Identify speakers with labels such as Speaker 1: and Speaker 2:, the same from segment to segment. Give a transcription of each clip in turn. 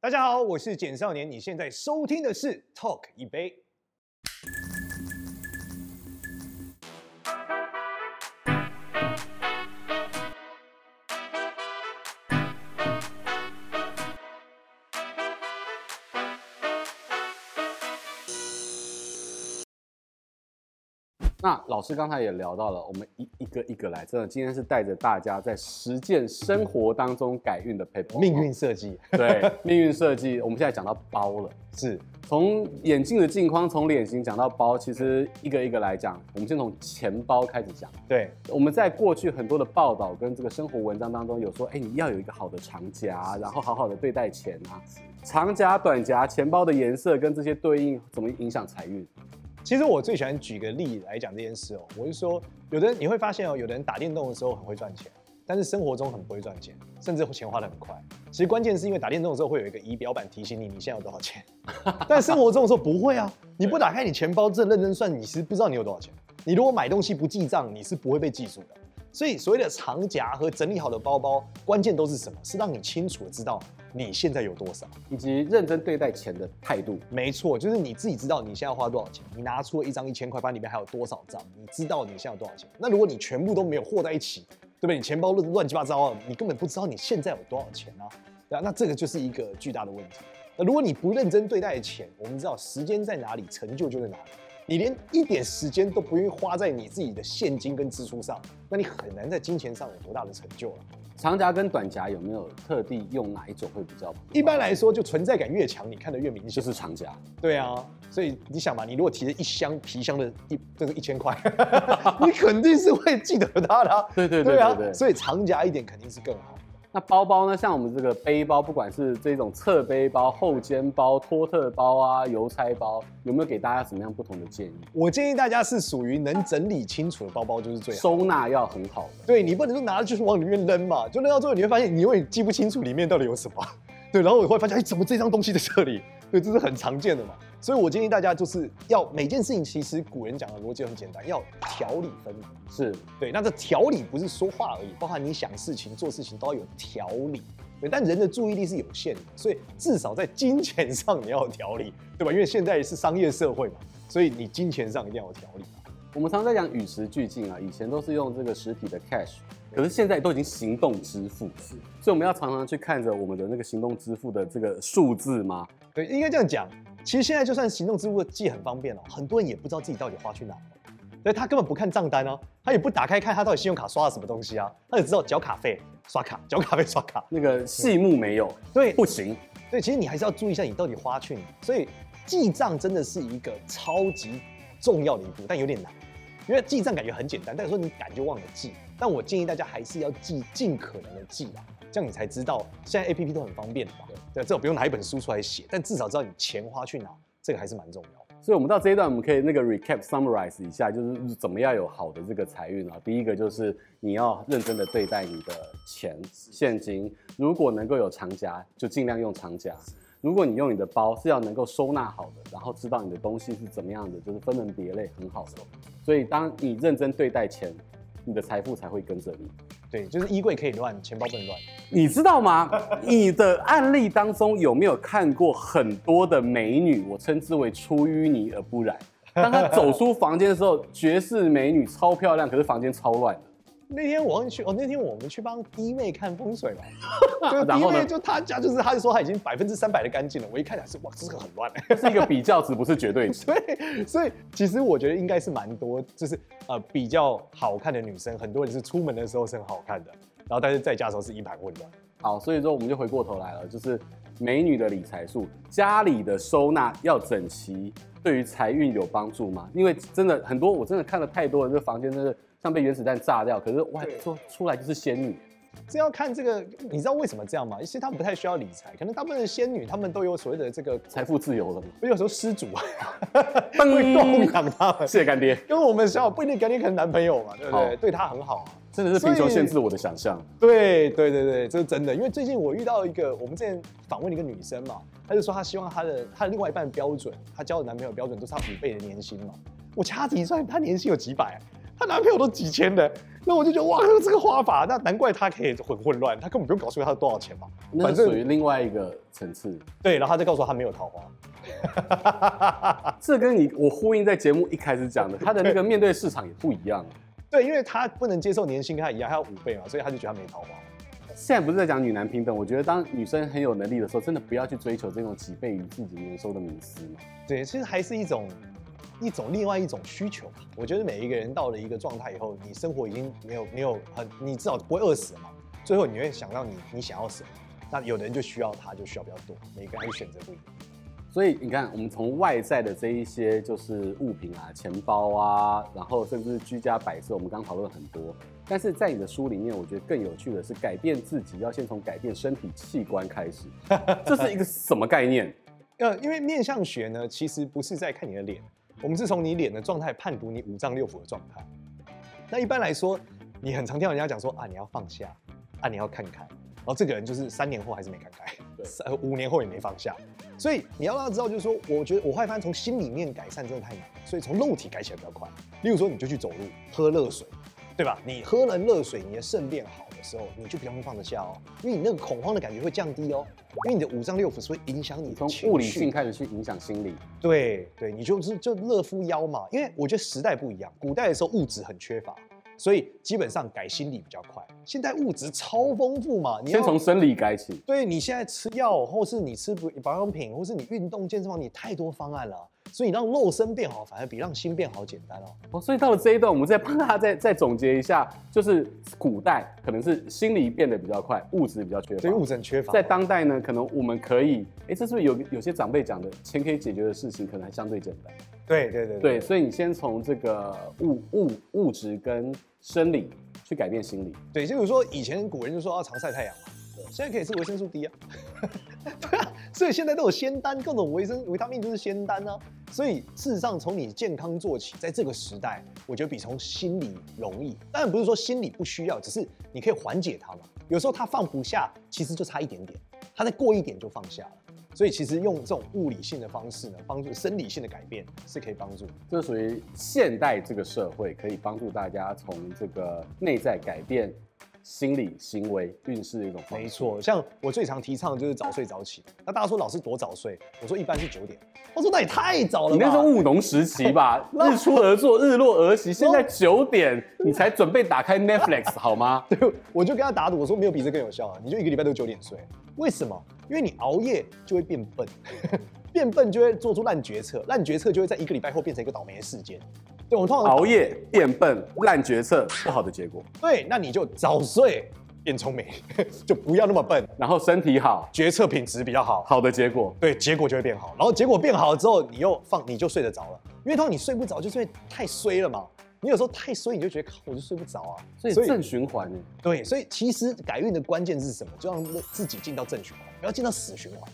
Speaker 1: 大家好，我是简少年，你现在收听的是 Talk 一杯。
Speaker 2: 那老师刚才也聊到了，我们一一个一个来，真的，今天是带着大家在实践生活当中改运的 paper
Speaker 1: 命运设计
Speaker 2: 对命运设计，我们现在讲到包了，
Speaker 1: 是
Speaker 2: 从眼镜的镜框，从脸型讲到包，其实一个一个来讲，我们先从钱包开始讲。
Speaker 1: 对，
Speaker 2: 我们在过去很多的报道跟这个生活文章当中有说，哎，你要有一个好的长夹，然后好好的对待钱啊，长夹、短夹、钱包的颜色跟这些对应怎么影响财运？
Speaker 1: 其实我最喜欢举个例来讲这件事哦、我是说，有的人你会发现哦、有的人打电动的时候很会赚钱，但是生活中很不会赚钱，甚至钱花的很快。其实关键是因为打电动的时候会有一个仪表板提醒你你现在有多少钱，但生活中的时候不会啊，你不打开你钱包，这认真算，你其实不知道你有多少钱。你如果买东西不记账，你是不会被记住的。所以所谓的长夹和整理好的包包，关键都是什么？是让你清楚的知道你现在有多少。
Speaker 2: 以及认真对待钱的态度。
Speaker 1: 没错，就是你自己知道你现在花多少钱，你拿出了一张一千块，把里面还有多少张，你知道你现在有多少钱。那如果你全部都没有和在一起，对不对？你钱包乱乱七八糟，啊你根本不知道你现在有多少钱啊！对啊，那这个就是一个巨大的问题。那如果你不认真对待钱，我们知道时间在哪里，成就就在哪里。你连一点时间都不愿意花在你自己的现金跟支出上，那你很难在金钱上有多大的成就了、啊
Speaker 2: 长夹跟短夹有没有特地用哪一种会比较？
Speaker 1: 一般来说，就存在感越强，你看得越明显
Speaker 2: 就。是长夹，
Speaker 1: 对啊，所以你想嘛，你如果提着一箱皮箱的一这个一千 块，你肯定是会记得它的、啊。
Speaker 2: 对对
Speaker 1: 啊，所以长夹一点肯定是更好。
Speaker 2: 那包包呢？像我们这个背包，不管是这种侧背包、后肩包、托特包啊、邮差包，有没有给大家什么样不同的建议？
Speaker 1: 我建议大家是属于能整理清楚的包包就是最好。
Speaker 2: 收纳要很好的。
Speaker 1: 对你不能说拿了就是往里面扔嘛，就扔到最后你会发现你永远记不清楚里面到底有什么。 对，然后我会发现，哎，怎么这张东西在这里？ 对，这是很常见的嘛。所以我建议大家就是要每件事情，其实古人讲的逻辑很简单，要条理分明。
Speaker 2: 是，
Speaker 1: 对，那这条理不是说话而已，包含你想事情、做事情都要有条理。对，但人的注意力是有限的，所以至少在金钱上你要有条理，对吧？因为现在是商业社会嘛，所以你金钱上一定要有条理。
Speaker 2: 我们常在讲与时俱进啊，以前都是用这个实体的 cash，可是现在都已经行动支付，是，所以我们要常常去看着我们的那个行动支付的这个数字吗？
Speaker 1: 对，应该这样讲。其实现在就算行动支付既很方便哦，很多人也不知道自己到底花去哪了。对他根本不看账单哦，他也不打开看他到底信用卡刷了什么东西啊，他只知道缴卡费、刷卡、缴卡费、刷卡。
Speaker 2: 那个细目没有，
Speaker 1: 对
Speaker 2: 不行，
Speaker 1: 对，其实你还是要注意一下你到底花去哪。所以记账真的是一个超级重要的一步，但有点难，因为记账感觉很简单，但有时候你感觉忘了记。但我建议大家还是要记，尽可能的记啦，这样你才知道现
Speaker 2: 嗯
Speaker 1: 在 A P P 都很方便的嘛。对，这我不用拿一本书出来写，但至少知道你钱花去哪，这个还是蛮重要的。
Speaker 2: 所以，我们到这一段，我们可以那个 recap summarize 一下，就是怎么样有好的这个财运啊。第一个就是你要认真的对待你的钱现金，如果能够有长夹，就尽量用长夹。如果你用你的包，是要能够收纳好的，然后知道你的东西是怎么样的，就是分门别类，很好的。所以，当你认真对待钱，你的财富才会跟着你。
Speaker 1: 对，就是衣柜可以乱，钱包不能乱。
Speaker 2: 你知道吗？ 你的案例当中有没有看过很多的美女？我称之为出淤泥而不染。当她走出房间的时候，绝世美女超漂亮，可是房间超乱的。
Speaker 1: 那天我忘记去哦，那天我们去帮弟妹看风水嘛， 就
Speaker 2: 啊然
Speaker 1: 弟
Speaker 2: 后呢
Speaker 1: 妹就她家就是，她就说她已经百分之三百的干净了，我一看还是哇，这个很乱。
Speaker 2: 这是一个比较值，不是绝对 值。
Speaker 1: 对，所以其实我觉得应该是蛮多，就是呃比较好看的女生，很多人是出门的时候是很好看的，然后但是在家的时候是一盘混乱。
Speaker 2: 好，所以说我们就回过头来了，就是美女的理财术，家里的收纳要整齐，对于财运有帮助吗？因为真的很多，我真的看了太多了，这个房间真的像被原子弹炸掉，可是哇
Speaker 1: 对，
Speaker 2: 出出来就是仙女。
Speaker 1: 这要看这个，你知道为什么这样吗？其实她们不太需要理财，可能大部分的仙女她们都有所谓的这个，
Speaker 2: 财富自由了吗？
Speaker 1: 有时候失主啊
Speaker 2: 噔
Speaker 1: 会供养她们，
Speaker 2: 谢谢干爹，
Speaker 1: 因为我们小不一定感觉可能男朋友嘛，对不
Speaker 2: 好
Speaker 1: 对？对她很好啊。
Speaker 2: 真的是贫穷限制我的想象。
Speaker 1: 对对对对，这是真的。因为最近我遇到一个，我们之前访问了一个女生嘛，她就说她希望她的她的另外一半的标准，她交的男朋友的标准都是她五倍的年薪嘛。我掐指一算，她年薪有几百、她男朋友都几千的，那我就觉得哇，这个花法，那难怪他可以很混乱，他根本不用搞出他多少钱嘛。
Speaker 2: 那
Speaker 1: 反
Speaker 2: 是属于
Speaker 1: 正
Speaker 2: 另外一个层次。
Speaker 1: 对，然后他再告诉我他没有桃花，
Speaker 2: 啊这跟你我呼应在节目一开始 讲的，他的那个面对市场也不一样。
Speaker 1: 对，因为他不能接受年薪跟他一样，他要五倍嘛，所以他就觉得他没桃花。
Speaker 2: 现在不是在讲女男平等，我觉得当女生很有能力的时候，真的不要去追求这种几倍于自己年收的迷思嘛。
Speaker 1: 对，其实还是一种一种另外一种需求吧。我觉得每一个人到了一个状态以后，你生活已经没有没有很，你至少不会饿死了嘛。最后你会想到你你想要什么，那有的人就需要它，就需要比较多，每个人还是选择不一样。
Speaker 2: 所以你看，我们从外在的这一些就是物品啊、钱包啊，然后甚至居家摆设，我们刚讨论了很多。但是在你的书里面，我觉得更有趣的是，改变自己要先从改变身体器官开 始，这是一个什么概念？
Speaker 1: 呃，因为面相学呢，其实不是在看你的脸，我们是从你脸的状态判读你五脏六腑的状态。那一般来说，你很常听到人家讲说啊，你要放下，啊，你要看开，然后这个人就是三年后还是没看开，
Speaker 2: 对
Speaker 1: 三呃五年后也没放下。所以你要让他知道，就是说，我觉得我后来发现从心里面改善真的太难，所以从肉体改起来比较快。例如说，你就去走路，喝热水，对吧？你喝了热水，你的肾变好的时候，你就比较会放得下哦，因为你那个恐慌的感觉会降低哦，因为你的五脏六腑是会影响你
Speaker 2: 你
Speaker 1: 的
Speaker 2: 从
Speaker 1: 情
Speaker 2: 物理
Speaker 1: 绪
Speaker 2: 性开始去影响心理，
Speaker 1: 对对，你就是就乐敷腰嘛，因为我觉得时代不一样，古代的时候物质很缺乏，所以基本上改心理比较快。现在物质超丰富嘛，你要
Speaker 2: 先从生理改起。
Speaker 1: 对你现在吃药，或是你吃补保养品，或是你运动健身房，你太多方案了，啊所以你让肉身变好，反而比让心变好简单哦。
Speaker 2: 哦，所以到了这一段，我们再帮大家再再总结一下，就是古代可能是心理变得比较快，物质比较缺乏。
Speaker 1: 所以物质很缺乏，
Speaker 2: 在当代呢，可能我们可以，哎，这是不是有有些长辈讲的，钱可以解决的事情，可能还相对简单。
Speaker 1: 对对对
Speaker 2: 对，所以你先从这个物物物质跟生理去改变心理。
Speaker 1: 对，就比如说以前古人就说要常晒太阳嘛，现在可以吃维生素 D 啊， 对啊，所以现在都有仙丹，各种维生维他命就是仙丹啊。所以事实上，从你健康做起，在这个时代，我觉得比从心理容易。当然不是说心理不需要，只是你可以缓解它嘛。有时候他放不下，其实就差一点点，他再过一点就放下了。所以其实用这种物理性的方式呢，帮助生理性的改变是可以帮助的。
Speaker 2: 这属于现代这个社会可以帮助大家从这个内在改变心理行为运势的一种方式。
Speaker 1: 没错，像我最常提倡的就是早睡早起。那大家说老师多早睡？我说一般是九点。他说那也太早了吧？
Speaker 2: 你那时候务农时期吧，日出而作，日落而息。现在九点，你才准备打开 Netflix 好吗？
Speaker 1: 对，我就跟他打赌，我说没有比这更有效啊！你就一个礼拜都九点睡，为什么？因为你熬夜就会变笨， 变笨就会做出烂决策，烂决策就会在一个礼拜后变成一个倒霉的事件。对，我们通常
Speaker 2: 熬夜变笨，烂决策，不好的结果。
Speaker 1: 对，那你就早睡变聪明， 就不要那么笨，
Speaker 2: 然后身体好，
Speaker 1: 决策品质比较好。
Speaker 2: 好的结果。
Speaker 1: 对，结果就会变好。然后结果变好之后，你又放，你就睡得着了。因为通常你睡不着，就是因为太衰了嘛。你有时候太衰，你就觉得靠，我就睡不着啊。
Speaker 2: 所以正循环呢，
Speaker 1: 对，所以其实改运的关键是什么？就让自己进到正循环，不要进到死循环。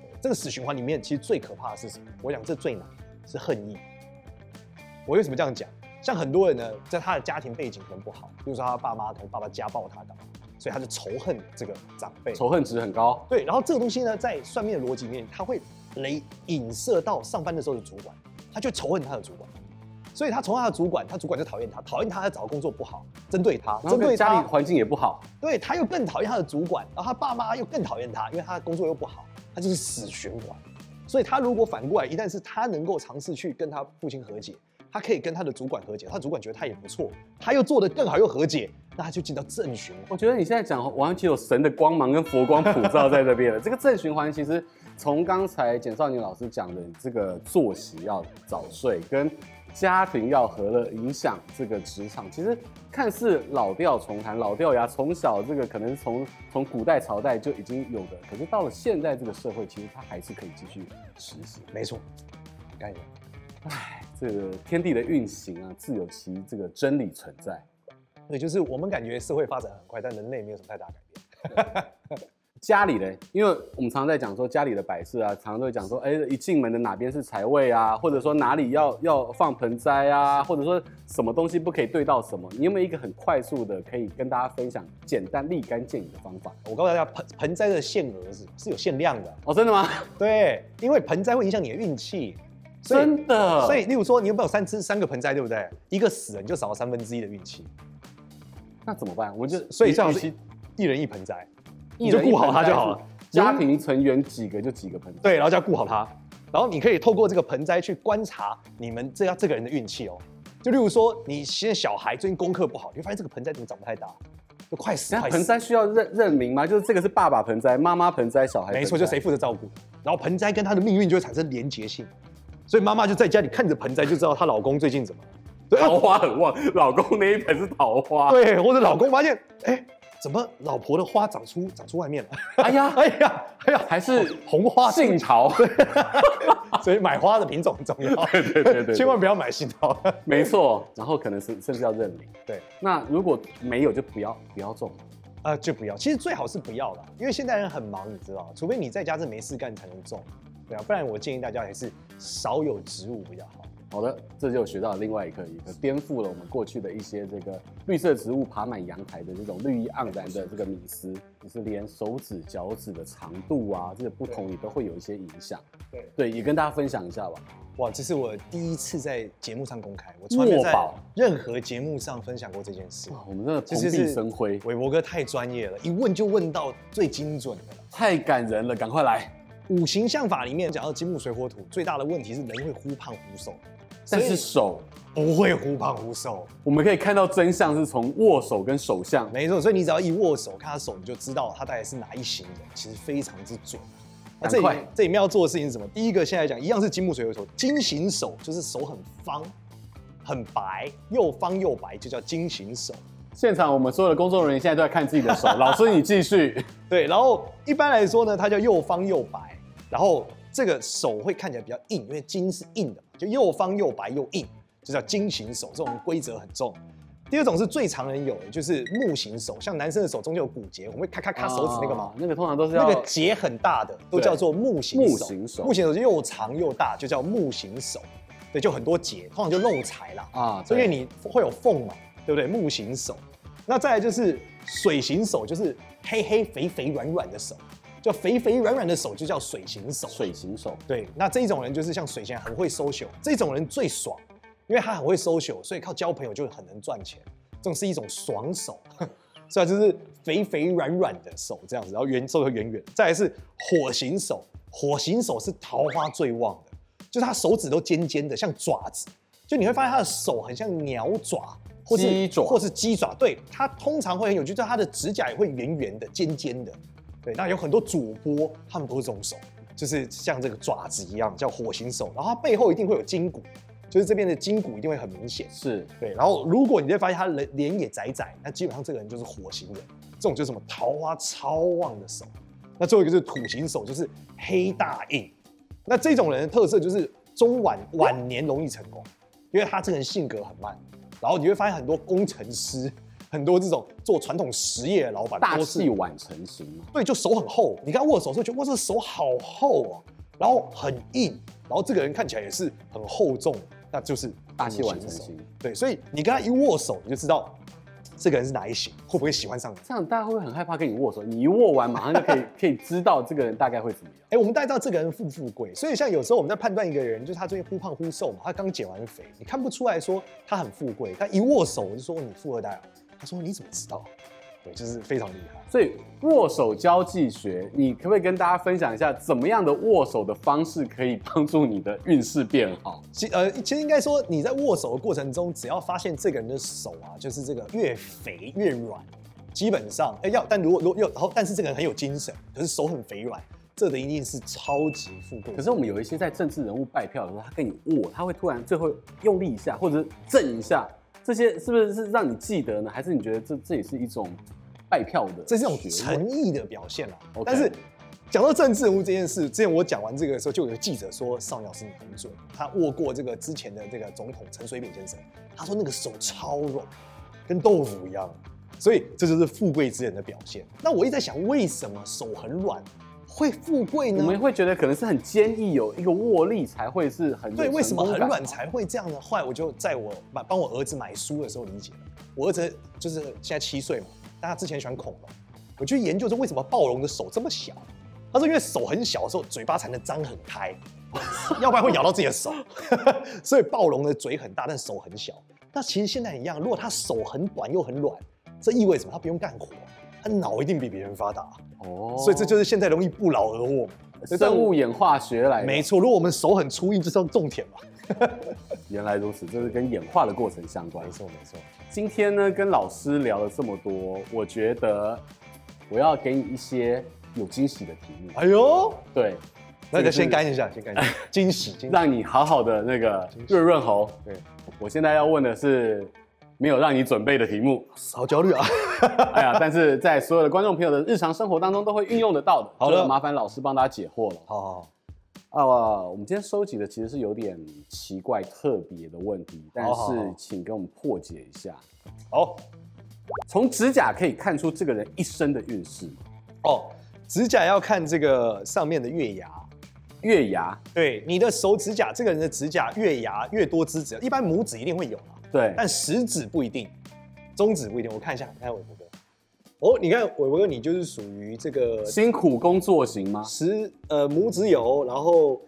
Speaker 1: 对这个死循环里面，其实最可怕的是什么？我讲这最难是恨意。我为什么这样讲？像很多人呢，在他的家庭背景可能不好，比如说他爸妈可能爸爸家暴他的，所以他就仇恨这个长辈。
Speaker 2: 仇恨值很高。
Speaker 1: 对，然后这个东西呢，在算命的逻辑里面，它会雷影射到上班的时候的主管，他就仇恨他的主管，所以他仇恨他的主管，他主管就讨厌他，讨厌他，他找工作不好，针对他，
Speaker 2: 然后
Speaker 1: 针对
Speaker 2: 家
Speaker 1: 他
Speaker 2: 里，环境也不好，
Speaker 1: 对，他又更讨厌他的主管，然后他爸妈又更讨厌他，因为他的工作又不好，他就是死循环。所以他如果反过来，一旦是他能够尝试去跟他父亲和解，他可以跟他的主管和解，他主管觉得他也不错，他又做得更好又和解，那他就进到正循环。
Speaker 2: 我觉得你现在讲完全有神的光芒跟佛光普照在这边了。这个正循环其实从刚才简少年老师讲的这个作息要早睡，跟家庭要和乐，影响这个职场。其实看似老调重弹、老掉牙，从小这个可能从从古代朝代就已经有的，可是到了现在这个社会，其实它还是可以继续实行。
Speaker 1: 没错，干员。
Speaker 2: 这个天地的运行啊，自有其这个真理存在。
Speaker 1: 对，就是我们感觉社会发展很快，但人类没有什么太大改变。
Speaker 2: 家里的，因为我们常常在讲说家里的摆设啊，常常都会讲说，哎，一进门的哪边是财位啊，或者说哪里要要放盆栽啊，或者说什么东西不可以对到什么。你有没有一个很快速的可以跟大家分享简单立竿见影的方法？
Speaker 1: 我告诉大家，盆盆栽的限额是是有限量的，
Speaker 2: 哦，真的吗？
Speaker 1: 对，因为盆栽会影响你的运气，所以
Speaker 2: 真的。
Speaker 1: 所以，例如说，你有没有三只三个盆栽，对不对？一个死了，你就少了三分之一的运气。
Speaker 2: 那怎么办？我就
Speaker 1: 所以这
Speaker 2: 这
Speaker 1: 样
Speaker 2: 样
Speaker 1: 是
Speaker 2: 是
Speaker 1: 一人一盆栽，
Speaker 2: 一
Speaker 1: 你就
Speaker 2: 人一
Speaker 1: 顾好
Speaker 2: 盆
Speaker 1: 它
Speaker 2: 栽
Speaker 1: 就好
Speaker 2: 是
Speaker 1: 了。
Speaker 2: 家庭成员几个就几个盆栽，
Speaker 1: 对，然后就要顾好它。然后你可以透过这个盆栽去观察你们这要这个人的运气哦。就例如说，你现在小孩最近功课不好，你会发现这个盆栽怎么长不太大，就快死
Speaker 2: 等下
Speaker 1: 快
Speaker 2: 盆
Speaker 1: 死。
Speaker 2: 栽需要认认明吗？就是这个是爸爸盆栽、妈妈盆栽、小孩盆栽。
Speaker 1: 没错，就谁负责照顾，然后盆栽跟他的命运就会产生连结性。所以妈妈就在家里看着盆栽，就知道她老公最近怎么了。对啊
Speaker 2: 桃花很旺，老公那一盆是桃花。
Speaker 1: 对，或者老公发现，哎，怎么老婆的花长出长出外面了？
Speaker 2: 哎呀，
Speaker 1: 哎呀，哎呀，
Speaker 2: 还是
Speaker 1: 红花
Speaker 2: 杏桃。对
Speaker 1: 所以买花的品种很重要，
Speaker 2: 对对对对，
Speaker 1: 千 万不要买哦杏桃。
Speaker 2: 没错。然后可能甚甚至要认领。
Speaker 1: 对，
Speaker 2: 那如果没有就不要不要种。
Speaker 1: 啊，就不要。其实最好是不要了，因为现代人很忙，你知道吗，除非你在家是没事干才能种，对啊，不然我建议大家还是少有植物比较好。
Speaker 2: 好的，这就学到另外一课，一个颠覆了我们过去的一些这个绿色植物爬满阳台的这种绿意盎然的这个迷思，就是连手指、脚趾的长度啊，这个不同也都会有一些影响。
Speaker 1: 对
Speaker 2: 对，也跟大家分享一下吧。
Speaker 1: 哇，这是我第一次在节目上公开，我从来没有在
Speaker 2: 墨宝
Speaker 1: 任何节目上分享过这件事。
Speaker 2: 哇，我们真的
Speaker 1: 其
Speaker 2: 蓬
Speaker 1: 实
Speaker 2: 荜
Speaker 1: 是
Speaker 2: 生辉，
Speaker 1: 韦伯哥太专业了，一问就问到最精准的了。
Speaker 2: 太感人了，赶快来！
Speaker 1: 五行相法里面讲到金木水火土，最大的问题是人会忽胖忽瘦，
Speaker 2: 但是
Speaker 1: 所
Speaker 2: 手，
Speaker 1: 以不会忽胖忽瘦。
Speaker 2: 我们可以看到真相是从握手跟手相。
Speaker 1: 没错，所以你只要一握手，看他手，你就知道他大概是哪一型人，其实非常之准。那这里
Speaker 2: 赶快
Speaker 1: 面这里面要做的事情是什么？第一个现在讲一样是金木水火土，金型手就是手很方、很白，又方又白，就叫金型手。
Speaker 2: 现场我们所有的工作人员现在都在看自己的 手，老师你继续。
Speaker 1: 对，然后一般来说呢，它叫又方又白，然后这个手会看起来比较硬，因为金是硬的嘛，就又方又白又硬，就叫金型手，这种规则很重。第二种是最常人有的，就是木型手，像男生的手中间有骨节，我们会咔咔咔手指那个嘛。
Speaker 2: 啊那个通常都是
Speaker 1: 那
Speaker 2: 要
Speaker 1: 个结很大的都叫做木形
Speaker 2: 木
Speaker 1: 手，
Speaker 2: 形手
Speaker 1: 木形手就又长又大，就叫木形手。对，就很多结，通常就漏财啦。
Speaker 2: 啊，
Speaker 1: 所以
Speaker 2: 对
Speaker 1: 你会有缝嘛，对不对？木形手，那再来就是水形手，就是黑黑肥肥软软的手，就肥肥软软的手就叫水形手。
Speaker 2: 水型手。
Speaker 1: 对，那这一种人就是像水仙很会 social，这种人最爽，因为他很会 social，所以靠交朋友就很能赚钱，这种是一种爽手， 所以他就是肥肥软软的手这样子，然后圆瘦的圆圆。再来是火型手，火型手是桃花最旺的，就是他手指都尖尖的，像爪子，就你会发现他的手很像鸟爪。或是
Speaker 2: 鸡爪
Speaker 1: 或是鸡爪，对，它通常会很有趣，就是它的指甲也会圆圆的、尖尖的，对，那有很多主播他们都是这种手，就是像这个爪子一样，叫火星手，然后它背后一定会有筋骨，就是这边的筋骨一定会很明显。
Speaker 2: 是
Speaker 1: 对，然后如果你再发现他人脸也窄窄，那基本上这个人就是火星人，这种就是什么桃花超旺的手。那最后一个就是土型手，就是黑大印。那这种人的特色就是中晚晚年容易成功，因为他这个人性格很慢，然后你会发现很多工程师，很多这种做传统实业的老板
Speaker 2: 大
Speaker 1: 都是
Speaker 2: 器晚成型嘛。
Speaker 1: 对，就手很厚。你刚握手的时候觉得哇，这个手好厚哦、然后很硬，然后这个人看起来也是很厚重，那就是
Speaker 2: 大器晚成
Speaker 1: 手
Speaker 2: 型。
Speaker 1: 对，所以你跟他一握手，你就知道这个人是哪一型，会不会喜欢上你。
Speaker 2: 这样大家会不会很害怕跟你握手？你一握完，马上就 可以可以知道这个人大概会怎么样。
Speaker 1: 哎、我们大家知道这个人富不富贵，所以像有时候我们在判断一个人，就是他最近忽胖忽瘦嘛，他刚减完肥，你看不出来说他很富贵，但一握手我就说哦你富二代啊，他说你怎么知道？对，就是非常厉害。
Speaker 2: 所以握手交际学，你可不可以跟大家分享一下，怎么样的握手的方式可以帮助你的运势变好？
Speaker 1: 其呃，其实应该说你在握手的过程中，只要发现这个人的手啊，就是这个越肥越软，基本上哎、要，但如果如果又然后，但是这个人很有精神，可是手很肥软，这的一定是超级富贵。
Speaker 2: 可是我们有一些在政治人物拜票的时候，他跟你握，他会突然最后用力一下，或者是震一下，这些是不是是让你记得呢？还是你觉得这这也是一种拜票的学问？
Speaker 1: 这是一种啊诚意的表现啦
Speaker 2: OK。
Speaker 1: 但是讲到政治人物这件事，之前我讲完这个的时候，就有个记者说邵鸟是你很准，他握过这个之前的这个总统陈水扁先生，他说那个手超软，跟豆腐一样，所以这就是富贵之人的表现。那我一直在想，为什么手很软会富贵
Speaker 2: 我们
Speaker 1: 呢？
Speaker 2: 会觉得可能是很坚毅，有一个握力才会是很有
Speaker 1: 对，为什么
Speaker 2: 成
Speaker 1: 很
Speaker 2: 功感
Speaker 1: 软才会这样呢？后来我就在我买帮我儿子买书的时候理解了，我儿子就是现在七岁嘛，但他之前喜欢恐龙，我去研究说为什么暴龙的手这么小。他说因为手很小的时候，嘴巴才能张很开，要不然会咬到自己的手。 所以暴龙的嘴很大，但手很小。那其实现在一样，如果他手很短又很软，这意味着什么？他不用干活，他脑一定比别人发达，
Speaker 2: 哦
Speaker 1: 所以这就是现在容易不劳而获嘛。
Speaker 2: 生物演化学来的。
Speaker 1: 没错，如果我们手很粗硬，就是要种田嘛。
Speaker 2: 原来如此，这是跟演化的过程相关。
Speaker 1: 错，没错。
Speaker 2: 今天呢，跟老师聊了这么多，我觉得我要给你一些有惊喜的题目。
Speaker 1: 哎呦，
Speaker 2: 对，
Speaker 1: 那就
Speaker 2: 这个是哎
Speaker 1: 先干一下，先干一下，惊喜惊喜。
Speaker 2: 让你好好的那个
Speaker 1: 惊喜
Speaker 2: 润润喉。
Speaker 1: 对，
Speaker 2: 我现在要问的是没有让你准备的题 目，
Speaker 1: 好焦虑啊！
Speaker 2: 哎呀，但是在所有的观众朋友的日常生活当中都会运用得到的。
Speaker 1: 好的
Speaker 2: 就麻烦老师帮大家解惑了。
Speaker 1: 好好好，
Speaker 2: 啊、我们今天收集的其实是有点奇怪、特别的问题，但
Speaker 1: 好好好
Speaker 2: 是请给我们破解一下。
Speaker 1: 好
Speaker 2: 从指甲可以看出这个人一生的运势。
Speaker 1: 哦，指甲要看这个上面的月牙。
Speaker 2: 月牙，
Speaker 1: 对，你的手指甲，这个人的指甲越牙越多指甲，一般拇指一定会有啦，
Speaker 2: 对，
Speaker 1: 但食指不一定，中指不一定。我看一下，看伟博哥。哦，你看伟博哥，你就是属于这个
Speaker 2: 辛苦工作型吗？
Speaker 1: 食呃拇指有，然后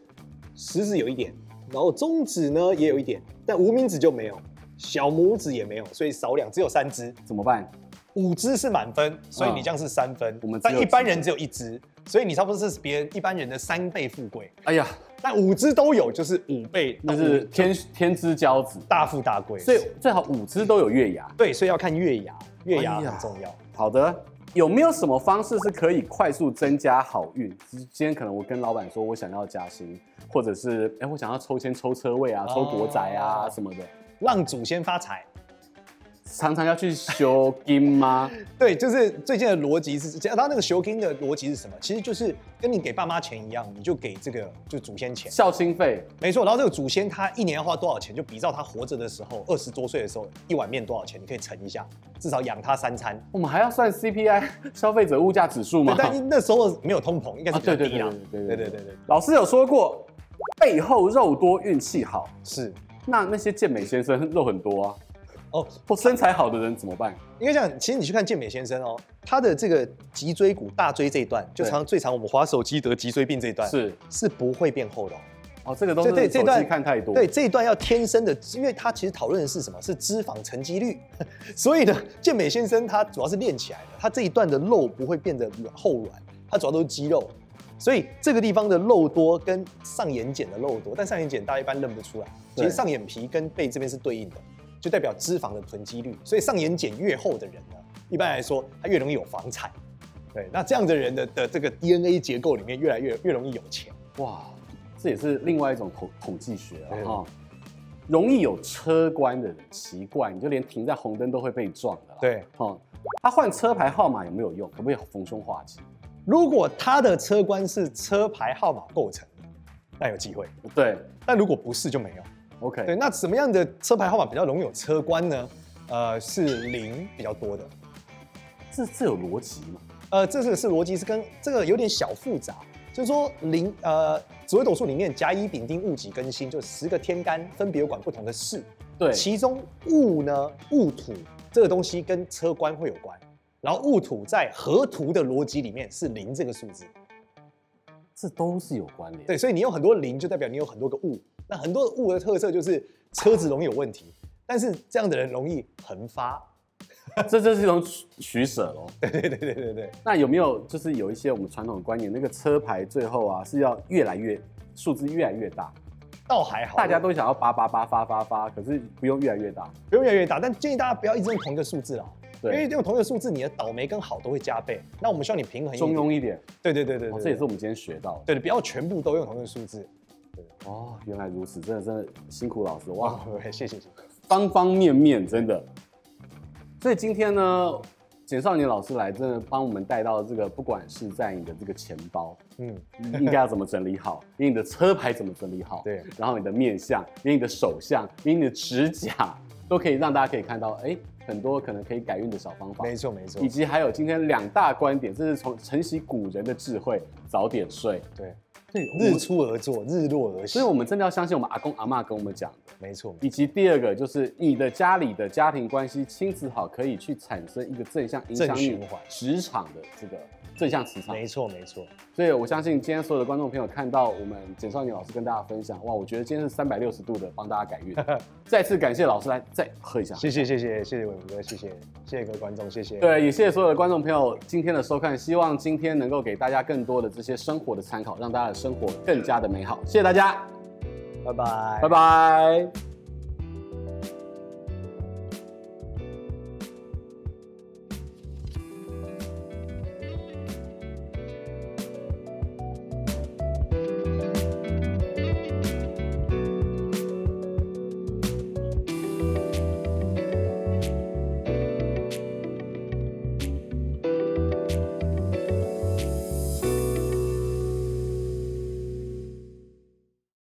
Speaker 1: 食指有一点，然后中指呢也有一点，但无名指就没有，小拇指也没有，所以少两，只有三只。
Speaker 2: 怎么办？
Speaker 1: 五只是满分，所以你这样是三分。
Speaker 2: 我们只有
Speaker 1: 但一般人只有一只，所以你差不多是别人一般人的三倍富贵。
Speaker 2: 哎呀，
Speaker 1: 但五只都有就是五倍，
Speaker 2: 那是天天之骄子，
Speaker 1: 大富大贵。
Speaker 2: 所以最好五只都有月牙。
Speaker 1: 对，所以要看月牙，月牙
Speaker 2: 哎呀
Speaker 1: 很重要。
Speaker 2: 好的，有没有什么方式是可以快速增加好运？今天可能我跟老板说我想要加薪，或者是哎、我想要抽签抽车位啊、抽国宅啊、
Speaker 1: 哦
Speaker 2: 什么的，
Speaker 1: 让祖先发财。
Speaker 2: 常常要去修金 吗？
Speaker 1: 对，就是最近的逻辑是，这样。他那个修金的逻辑是什么？其实就是跟你给爸妈钱一样，你就给这个就祖先钱。
Speaker 2: 孝心费
Speaker 1: 没错，然后这个祖先他一年要花多少钱，就比照他活着的时候，二十多岁的时候一碗面多少钱，你可以乘一下，至少养他三餐。
Speaker 2: 我们还要算 CPI 消费者物价指数吗
Speaker 1: 对，？但那时候没有通膨，应该是
Speaker 2: 啊
Speaker 1: 比较
Speaker 2: 对对
Speaker 1: 低啦。
Speaker 2: 对
Speaker 1: 对
Speaker 2: 对对对
Speaker 1: 对
Speaker 2: 对
Speaker 1: 对对，
Speaker 2: 老师有说过，背后肉多运气好。
Speaker 1: 是。
Speaker 2: 那那些健美先生肉很多啊，
Speaker 1: 哦，
Speaker 2: 或身材好的人怎么办？
Speaker 1: 应该讲，其实你去看健美先生哦，他的这个脊椎骨大椎这一段，就
Speaker 2: 对
Speaker 1: 常最常我们滑手机得脊椎病这一段，
Speaker 2: 是
Speaker 1: 是不会变厚的、哦。
Speaker 2: 哦，这个都是
Speaker 1: 这对
Speaker 2: 手
Speaker 1: 这
Speaker 2: 机
Speaker 1: 段
Speaker 2: 看太多。
Speaker 1: 对，这一段要天生的，因为他其实讨论的是什么？是脂肪沉积率。 所以呢，健美先生他主要是练起来的，他这一段的肉不会变得软后软，他主要都是肌肉。所以这个地方的肉多跟上眼睑的肉多，但上眼睑大家一般认不出来，其
Speaker 2: 对
Speaker 1: 实上眼皮跟背这边是对应的，就代表脂肪的囤积率。所以上眼睑越厚的人呢，一般来说他越容易有房产。对，那这样的人的的这个 DNA 结构里面越来越越容易有钱。
Speaker 2: 哇，这也是另外一种统统计学啊
Speaker 1: 对
Speaker 2: 哈。容易有车关的人，奇怪，你就连停在红灯都会被撞的啦。，
Speaker 1: 对，
Speaker 2: 哦，他换车牌号码有没有用？可不可以逢凶化吉？
Speaker 1: 如果他的车冠是车牌号码构成的，那有机会；
Speaker 2: 对
Speaker 1: 但如果不是就没有。
Speaker 2: ，OK，
Speaker 1: 对，那什么样的车牌号码比较容易有车冠呢？呃，是零比较多的。
Speaker 2: 这这有逻辑吗？
Speaker 1: 呃，这个是逻辑是跟这个有点小复杂，就是说零呃紫微斗数里面甲乙丙丁戊己庚辛，就十个天干分别有管不同的事。
Speaker 2: 对，
Speaker 1: 其中戊呢，戊土这个东西跟车官会有关，然后戊土在合图的逻辑里面是零这个数字。
Speaker 2: 这都是有关联。
Speaker 1: 对，，所以你有很多零，就代表你有很多个物。那很多物的特色就是车子容易有问题，但是这样的人容易横发。
Speaker 2: 这这是一种取取舍喽。
Speaker 1: 对对对对对对，
Speaker 2: 那有没有就是有一些我们传统的观念，那个车牌最后啊是要越来越数字越来越大，
Speaker 1: 倒还好，
Speaker 2: 大家都想要八八八发发发，可是不用越来越大。
Speaker 1: 不用越来越大，但建议大家不要一直用同一个数字啦，因为
Speaker 2: 对，
Speaker 1: 用同一个数字，你的倒霉跟好都会加倍。那我们需要你平衡一
Speaker 2: 中
Speaker 1: 点。
Speaker 2: 庸一点，
Speaker 1: 对对对对对
Speaker 2: 哦，
Speaker 1: 对
Speaker 2: 这也是我们今天学到的。
Speaker 1: 对，不要全部都用同一个数字。
Speaker 2: 哦，原来如此，真的真的辛苦老师哇
Speaker 1: 哇，， 谢谢谢谢。
Speaker 2: 方方面面真的。所以今天呢，简少年老师来真的帮我们带到这个，不管是在你的这个钱包，
Speaker 1: 嗯，
Speaker 2: 应该要怎么整理好，连你的车牌怎么整理好，
Speaker 1: 对，
Speaker 2: 然后你的面相，连你的手相，连你的指甲，都可以让大家可以看到，哎，很多可能可以改运的小方法，
Speaker 1: 没错没错
Speaker 2: 以。及还有今天两大观点，这是从承袭古人的智慧，早点睡，
Speaker 1: 对，
Speaker 2: 对，
Speaker 1: 日，出而作，日落而息
Speaker 2: 所以。我们真的要相信我们阿公阿嬷跟我们讲的。
Speaker 1: 没错，
Speaker 2: 以及第二个就是你的家里的家庭关系、亲子好，可以去产生一个正向影响
Speaker 1: 正
Speaker 2: 你
Speaker 1: 循环
Speaker 2: 职场的这个正向磁场。
Speaker 1: 没错没错，
Speaker 2: 所以我相信今天所有的观众朋友看到我们简少年老师跟大家分享，哇，我觉得今天是三百六十度的帮大家改运。再次感谢老师来，再喝一下。
Speaker 1: 谢谢谢谢谢谢伟文哥，谢谢谢谢各位观众，谢谢。
Speaker 2: 对，也谢谢所有的观众朋友今天的收看，希望今天能够给大家更多的这些生活的参考，让大家的生活更加的美好。谢谢大家，
Speaker 1: 拜拜，拜
Speaker 2: 拜拜。